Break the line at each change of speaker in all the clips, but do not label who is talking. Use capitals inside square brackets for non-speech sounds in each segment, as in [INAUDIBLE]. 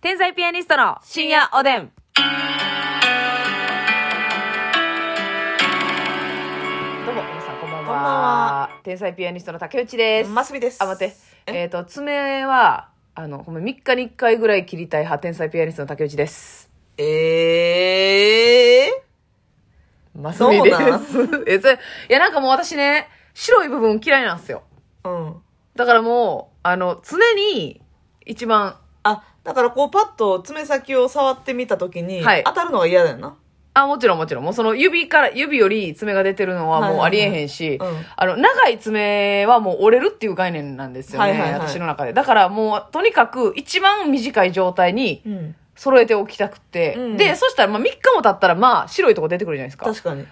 天才ピアニストの深夜おでん。どうも、皆さんこんばんは。
こんばんは
天才ピアニストの竹内です。
ますみです。
あ、待って。
え
えっ、と、爪は、あの、ごめん、3日に1回ぐらい切りたい派、天才ピアニストの竹内です。
ええ
マス
そう
ミです [LAUGHS]
なん
えそれいや、なんかもう私ね、白い部分嫌いなんですよ。
うん。
だからもう、あの、常に、一番、
あ、だからこうパッと爪先を触ってみたときに、
はい
当たるのが嫌だよな。
あ、もちろんもちろん。もうその指から、指より爪が出てるのは
はいはい
もう
はい
ありえへんし、
うん
あの、長い爪はもう折れるっていう概念なんですよね、
はいはいはい
私の中で。だからもう、とにかく一番短い状態に
うん。
揃えておきたくて。
うん
で、そしたらまあ3日も経ったらまあ白いとこ出てくるじゃないですか。
確かに。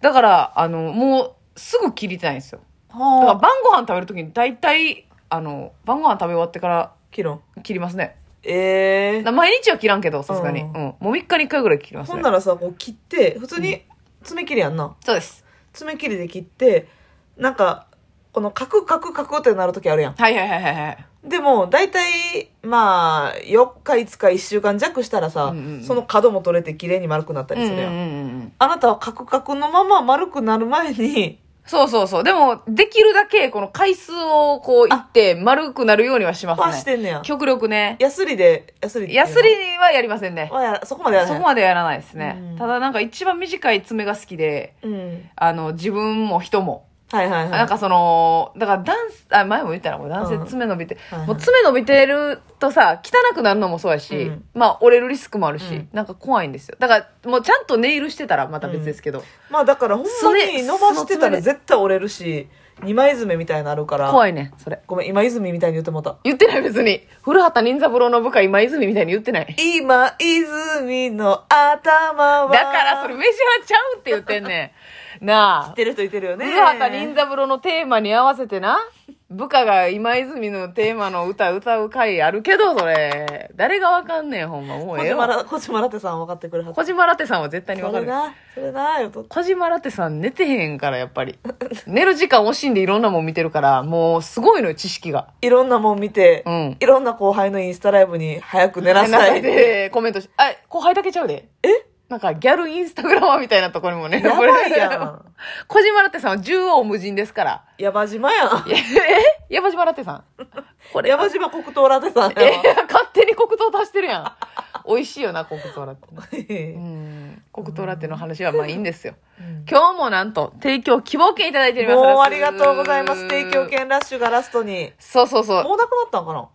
だから、あの、もうすぐ切りたいんですよ。だから
はあ。
晩ご飯食べるときに大体、あの、晩ご飯食べ終わってから
切ろん。
切りますね。
ええ
な毎日は切らんけど、さすがに。う
うんん。
もう3日に1回ぐらい切ります
ほ
ね
ん。ならさ、こう切って、普通に爪切りやんな。
そうです。
爪切りで切って、なんか、このカクカクカクってなるときあるやん。
はいはいはいはいはい。
でも、だいたい、まあ、4日、5日、1週間弱したらさ、
うんうんうん
その角も取れて綺麗に丸くなったりするや
う
ん。
んうんうんうん
あなたはカクカクのまま丸くなる前に、
そうそうそう。でも、できるだけ、この回数をこう言って、丸くなるようにはしま
は
す
し
ね。
てんねや。
極力ね。
ヤスリで、ヤスリっていう
ヤ
の
スリはやりませんね。
はやそこまでやら
そ
へん
こまでやらないですね。
うん
ただなんか一番短い爪が好きで、
うん。
あの、自分も人も。
はいはいはい。
なんかその、だから男性、あ、前も言ったらもう男
う
性
ん
爪伸びて、
はいはい
もう爪伸びてるとさ、汚くなるのもそうやし、
うん
まあ折れるリスクもあるし、
うん
なんか怖いんですよ。だからもうちゃんとネイルしてたらまた別ですけど、
まあだからほんまに
爪
伸ばしてた
その爪で
ら絶対折れるし、二枚爪みたいになるから。
怖いね、それ。
ごめん、今泉みたいに言ってもうた。
言ってない別に。古畑任三郎の部下今泉みたいに言ってない。
今泉の頭は。
だからそれ
知っ
飯はちゃうって言ってんね
[LAUGHS]
ん。なあ。
てる人いてるよね。
古畑任三郎のテーマに合わせてな。部下が今泉のテーマの歌歌う回あるけど、それ。誰がわかんねん、ほんま。もう
小
ええ
島
わ。
ら、小島ラテさん分かってくれはった。
小島ラテさんは絶対にわ
そ
か
れ
る。
な、それな、よと。
小島ラテさん寝てへんから、やっぱり。寝る時間惜しんでいろんなもん見てるから、もうすごいのよ、知識が。
いろんなもん見て、
うん
いろんな後輩のインスタライブに早く寝なさい。
で、コメントし、あ、後輩だけちゃうで。えなんかギャルインスタグラマーみたいなところにもね。
やばいやん。
小島ラテさんは縦横無尽ですから。
山島やん。
ええ山島ラテさん。これ。
山島黒糖ラテさん
え
や
勝手に黒糖足してるやん。美味しいよな、黒糖ラテ。
[LAUGHS]
う
わ。
ん。黒糖ラテの話はまあいいんですよ。今日もなんと、提供希望券いただいております。
もうありがとうございます。提供。券ラッシュがラストに。
そうそうそう。
もうなくなったんかな
も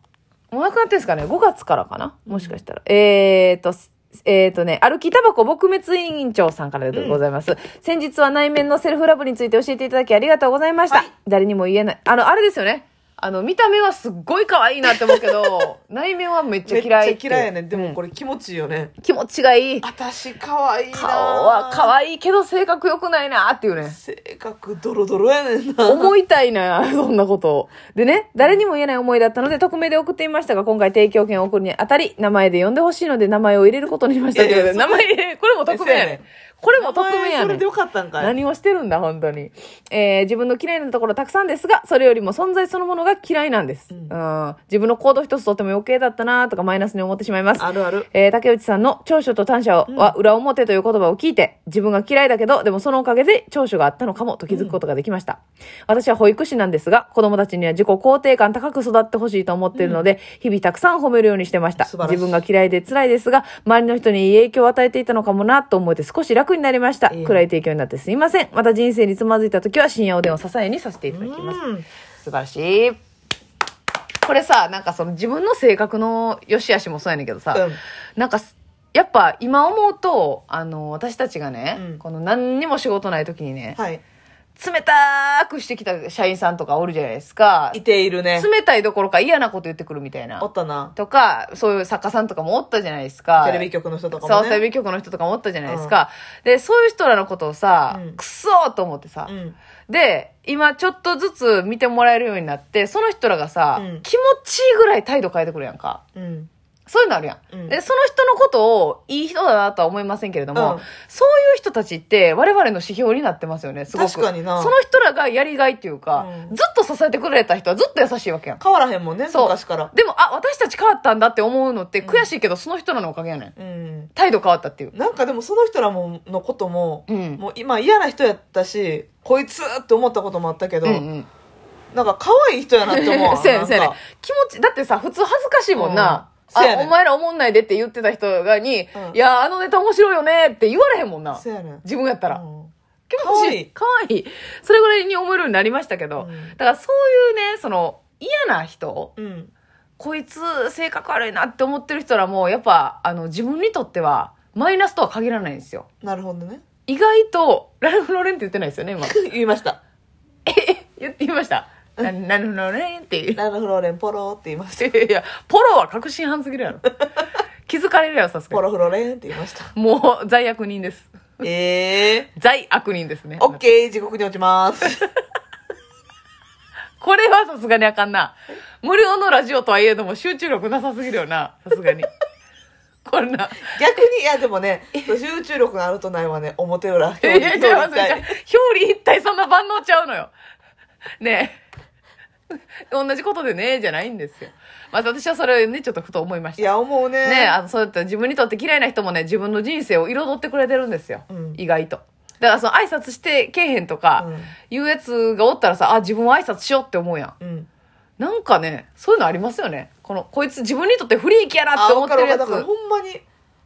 うなくなってんですかね ?5 月からかなもしかしたら。えーと、すえーとね、歩きタバコ撲滅委員長さんからでございます、先日は内面のセルフラブについて教えていただきありがとうございました。
はい
誰にも言えない。あの、あれですよね。あの、見た目はすっごい可愛いなって思うけど、内面はめっちゃ
めっ
嫌
ちゃ
いっていう。
嫌いやね。でもこ
れ、
れ気持ちいいよね。
気持ちがいい。
私可愛いな。
顔は可
い
愛いけど性格良くないなっていうね。
性格ドロドロやねん [LAUGHS] な。
思いたいな、そんなことを。でね、誰にも言えない思いだったので、匿名で送ってみましたが、今回提供権を送るにあたり、名前で呼んでほしいので、名前を入れることにしましたということで
いやい
名
や
前入れ、これも匿名やね
せやね
ん
ん。
これも匿名や
お前そ
ね
れ
ん
で。よかったんかい。
何をしてるんだ、本当に。えー自分の嫌いなところたくさんですが、それよりも存在そのものが嫌いなんです。う
うんん、
自分の行動一つとっても余計だったなとかマイナスに思ってしまいます。
あるある。
えー竹内さんの長所と短所は裏表という言葉を聞いて、自分が嫌いだけど、でもそのおかげで長所があったのかもと気づくことができました。私は保育士なんですが、子供たちには自己肯定感高く育ってほしいと思っているので、日々たくさん褒めるようにしてました。
素晴らしい
自分が嫌いで辛いですが、周りの人にいい影響を与えていたのかもなと思えて少し楽になりました。
いいね
暗い提供になってすいません。また人生につまずいた時は深夜おでんを支えにさせていただきます。
うん。
素晴らしい。これさ、なんかその自分の性格の良し悪しもそうやねんけどさ、
うん
なんかすやっぱ今思うと、あの、私たちがね、
うん
この何にも仕事ない時にね、
はい。
冷たくしてきた社員さんとかおるじゃないですか。
いているね。
冷たいどころか嫌なこと言ってくるみたい
おっ
な。
たな。
とか、そういう作家さんとかもおったじゃないですか。
テレビ局の人とか
そ
も
う、テレ
ね。
ビ局の人とかもおったじゃないですか。で、そういう人らのことをさ、
うん
くそーと思ってさ、
うん。
で、今ちょっとずつ見てもらえるようになって、その人らがさ、
うん
気持ちいいぐらい態度変えてくるやんか。
うん。
そういうのあるやん、
うん
でその人のことをいい人だなとは思いませんけれども、
うん
そういう人たちって我々の指標になってますよねすごく
確かにな
その人らがやりがいっていうか、
う
ず
ん
っと支えてくれた人はずっと優しいわけやん
変わらへんもんね
そう
昔から
でもあ私たち変わったんだって思うのって
ん
悔しいけど、その人らのおかげやねん
うん
態度変わったっていう
なんかでもその人らものことも、
うん
もう今嫌な人やったしこいつって思ったこともあったけど、
うんうん
なんか可愛い人やなって思う
[LAUGHS]
わ
そうやねそうや
なん
ね
か
気持ちだってさ普通恥ずかしいもんな、
うんそうや
あ
ね
お前ら思んないでって言ってた人がに、
うん
いやあのネタ面白いよねって言われへんもんな
そうやねん
自分やったら、
うん
気持ちいいかわいいそれぐらいに思えるようになりましたけど、
うん
だからそういうねその嫌な人
うん
こいつ性格悪いなって思ってる人らもやっぱあの自分にとってはマイナスとは限らないんですよ
なるほどね [LAUGHS]
意外とラルフ・ローレンって言ってないですよね今
言いました
え言ってみましたララルフ・ローレンって言う
ラルフローレンポロって言
[LAUGHS]
いました
いやいや、ポロは確信犯すぎるや
[LAUGHS]
ろ。気づかれるやろ、さす
ポ
がに。
ロフロレンって言いました [LAUGHS]
もう、罪悪人です。
ええ
罪悪人ですね。
オッケー地獄に落
[LAUGHS]
ちます。
これはさすがにあかんな。無料のラジオとはいえども集中力なさすぎるよな、さすが
[LAUGHS]
に。こんな。
逆に、いやでもね、集中力があるとないはね、表裏表
[LAUGHS] いやいやい
裏
や、
み
いや
た
い
い。
や表裏一体そんな万能ちゃうのよ。ねえ。同じことでねえじゃないんですよ。まず私はそれをね、ちょっとふと思いました
い。や、思うね。
ねあのそうやって自分にとって嫌いな人もね自分の人生を彩ってくれてるんですよ、
うん
意外とだからその挨拶してけえへんとか、
うん
いうやつがおったらさあ自分は挨拶しようって思うやん
うん。
なんかねそういうのありますよねこのこいつ自分にとって不利益やなっ
あ、
て思
わ
って
かる
る
わか
やつ
る。だからほんまに、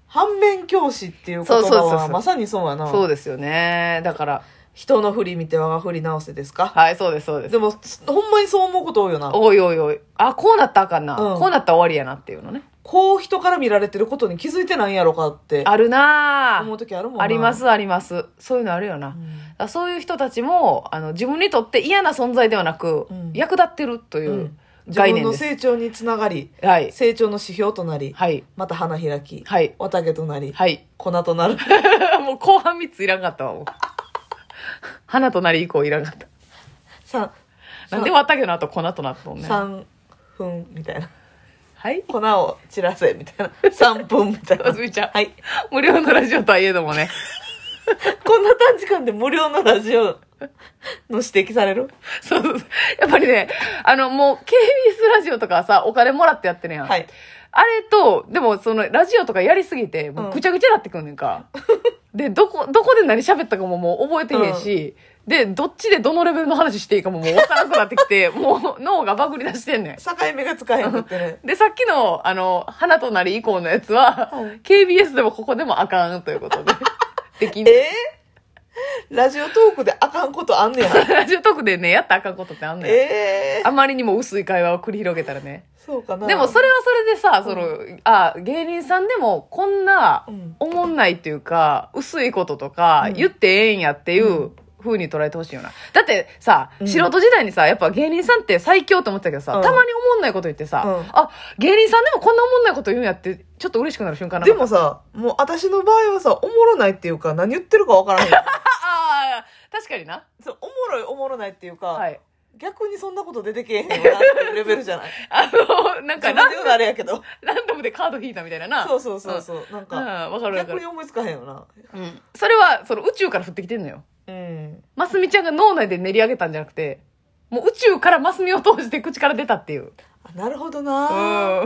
反面教師っていう言葉
そうそうそうそ
は
う
まさにそうやな。
そうですよねだから
人の振り見て我が振り直せですか。
はいそうですそうです
でも、すほんまにそう思うこと多いよな。
おいおいおいあこうなったらあかんな、
うん
こうなったら終わりやなっていうのね
こう人から見られてることに気づいてないんやろかって
あるな
思う
あ
時あるもんな。
ありま。すありますそういうのあるよな、だからそういう人たちもあの自分にとって嫌な存在ではなく、
うん
役立ってるといううん
自
概
分
念
の
です、
成長につながり、
はい
成長の指標となり、
はい
また花開き、
はい
おたけとなり、
はい [LAUGHS]
粉となる。
もう後半3ついらんかったわもう花となり以降いらんかった
三
なんで綿毛の後粉となったのね
三分みたいな
はい
粉を散らせみたいな三分み
[LAUGHS]
たいな
あすみちゃん
はい
無料のラジオとはいえどもね
こんな短時間で無料のラジオの指摘される
そうそうそうやっぱりねあのもう KBS ラジオとかはさお金もらってやってるやん、
はい
あれとでもそのラジオとかやりすぎてもううんぐちゃぐちゃになってくんねんか、でどこどこで何喋ったかももう覚えてへんし、でどっちでどのレベルの話していいかももう分からなくなってき
[LAUGHS]
てもう脳がバグり出してんねん
境目が使えへんくってね
でさっきのあの花となり以降のやつは、
うん
KBS でもここでもあかんということ
[LAUGHS]
でできん
えー、ラジオトークであかんことあんねや
ラジオトークでねやったらあかんことってあんねん、
ええ
あまりにも薄い会話を繰り広げたらね
そうかな
でもそれはそれでさ、その、あ、芸人さんでもこんな
うん、
おもんないっていうか、薄いこととか
うん、
言ってええんやっていう風に捉えてほしいよな。だってさ、
うん
素人時代にさ、やっぱ芸人さんって最強と思ってたけどさ、
うん
たまにおもんないこと言ってさ、
うん
あ、芸人さんでもこんなおもんないこと言うんやって、ちょっと嬉しくなる瞬間なか
で
った
もさもう私の場合はさおもろないっていうか何言ってるかわからへん
ああ、確かにな。
[LAUGHS] そうおもろいおもろないっていうか、
はい。
逆にそんなこと出てけえへんよなっていうレベルじ [LAUGHS] ゃない
あの、なんか
自分
ラン
で言うのあれやけど [LAUGHS]
ランダムでカード引いたみたいなな。
そうそうそうそう
うん。
なん
うん、
か
わかるわか
逆
る
に。思いつかへんよな
うん。それは、その宇宙から降ってきてんのよ。
うん
マスミちゃんが脳内で練り上げたんじゃなくて、もう宇宙からマスミを通して口から出たっていう。
あなるほど
う
な、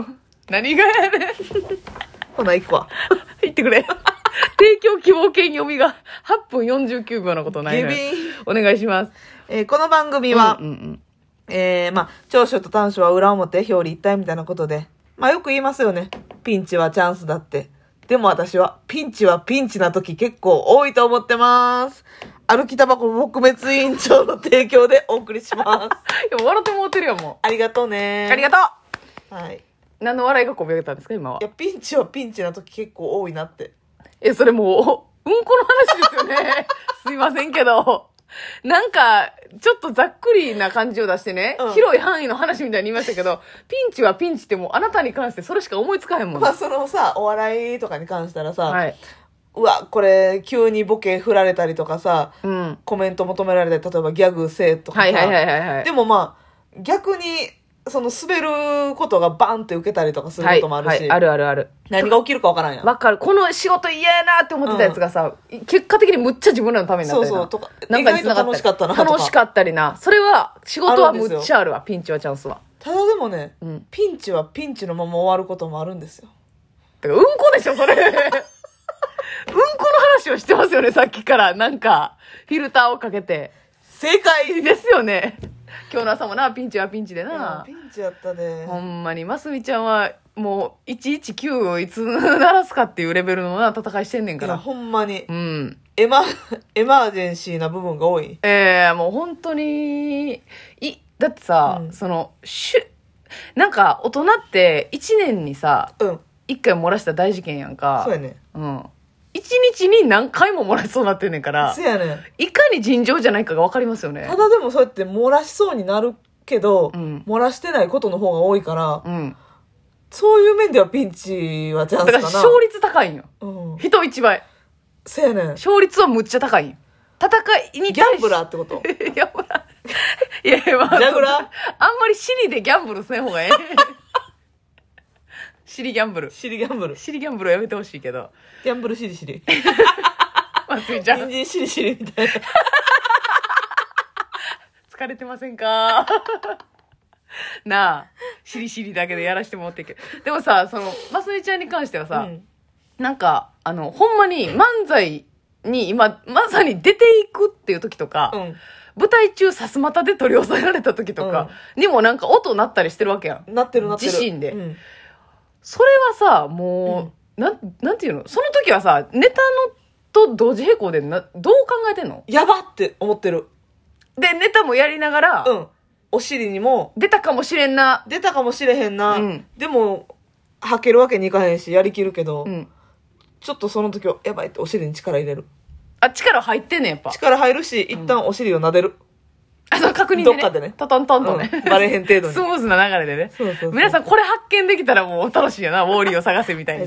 [LAUGHS] ん。何がやねん。
ほな行くわ
言ってくれ。提供希望系に読みが8分49秒のことない
ゲ
の
ビ
よ
ン、
お願いします。
えーこの番組は、
うんうん
えーまあ長所と短所は裏表表裏一体みたいなことでまあよく言いますよねピンチはチャンスだってでも私はピンチはピンチな時結構多いと思ってます歩きタバコ撲滅委員長の提供でお送りします
[LAUGHS] うん。いや、笑ってもうてるよ、も
ありがとうね
う。ありがとう
とう、はい、
何の笑いがこび上げたんですか、今はい
や。ピンチはピンチな時結構多いなって
え、それもう、うんこの話ですよ
[LAUGHS]
ね。すいませんけど。なんか、ちょっとざっくりな感じを出してね、
うん
広い範囲の話みたいに言いましたけど、ピンチはピンチってもうあなたに関してそれしか思いつかへんもん。
まあそのさお笑いとかに関したらさ、
はい。
うわこれ急にボケ振られたりとかさ
うん。
コメント求められたり例えばギャグせえとかさ、
はいはいはいはいはい。
でもまあ逆にその滑ることがバンって受けたりとかする
は
こ
い、
ともある
は
し、
い、あるあるある。
何が起きるかわからんやん。
わかる。この仕事嫌やなって思ってたやつがさ、結果的にむっちゃ自分らのためになったりな。
そうそうとか
なんかに繋が
意外と楽しかったなとか
楽しかったりな。それは、仕事はむっちゃあるわ。ピンチはチャンスは。
ただでもね、
うん
ピンチはピンチのまま終わることもあるんですよ。
てか、うんこでしょ、それ。うんこの話をしてますよね、さっきから。なんか、フィルターをかけて。
正解
ですよね。今日の朝もな、ピンチはピンチでな
ピ。ンチやったで。
ほんまに、ますみちゃんは、もう、119をいつ鳴らすかっていうレベルのな、戦いしてんねん
い
か
や、
ら。
ほんまに
う、ん。
エマ、エマージェンシーな部分が多い。
ええもう本当に、い、だってさ、
うん
その、しゅ、なんか、大人って、1年にさ、
うん。
1回漏らした大事件やんか。
そうやね。
うん。1日に何回も漏らしそうになってんねんから
そ、うやね。
いかに尋常じゃないかが分かりますよね
た。だでもそうやって漏らしそうになるけど、
うん
漏らしてないことの方が多いから、
うん。
そういう面ではピンチはチャ
だ
ン
か
スからな。
勝率高いんよ。
うん。
人一倍。
そうやね。
勝率はむっちゃ高いんよ。戦いに対し
ギャンブラーってこと
ー [LAUGHS] ギャンブラー。いやいや、まあ、
ジャグラー
そんなあんまりシリでギャンブルせん方がええ。 [LAUGHS] シリギャンブル。
シリギャンブル。
シリギャンブルやめてほしいけ
[LAUGHS]
ど。
ギャンブルシリ
[LAUGHS]
シリ。
ますみちゃん
人、参シリシリみたいな。
疲れてませんか [LAUGHS] なあ、シリシリだけでやらしてもらってんけど。でもさ、その、ますみちゃんに関してはさ、
うん
なんか、あの、ほんまに漫才に今、まさに出ていくっていう時とか、舞台中さすまたで取り押さえられた時とか、にもなんか音鳴ったりしてるわけやん
う。ん。なってるなってる。
自身で
うん
それはさ、もう、なん、なんていうのその時はさ、ネタのと同時並行でな、どう考えてんの
やばって思ってる。
で、ネタもやりながら、
うん。お尻にも、
出たかもしれんな、
出たかもしれへんな。
うん
でも、吐けるわけにいかへんし、やりきるけど、
うん。
ちょっとその時は、やばいってお尻に力入れる。
あ、力入ってんねん、やっぱ。
力入るし、一旦お尻を撫でる。
あ、そう、確認でね。
どっかでね
トントントンとね。
うんバレへん程度
[LAUGHS]
に
スムーズな流れでね。
そうそうそう
皆さん、これ発見できたらもう楽しいよな、ウォーリーを探せみたいに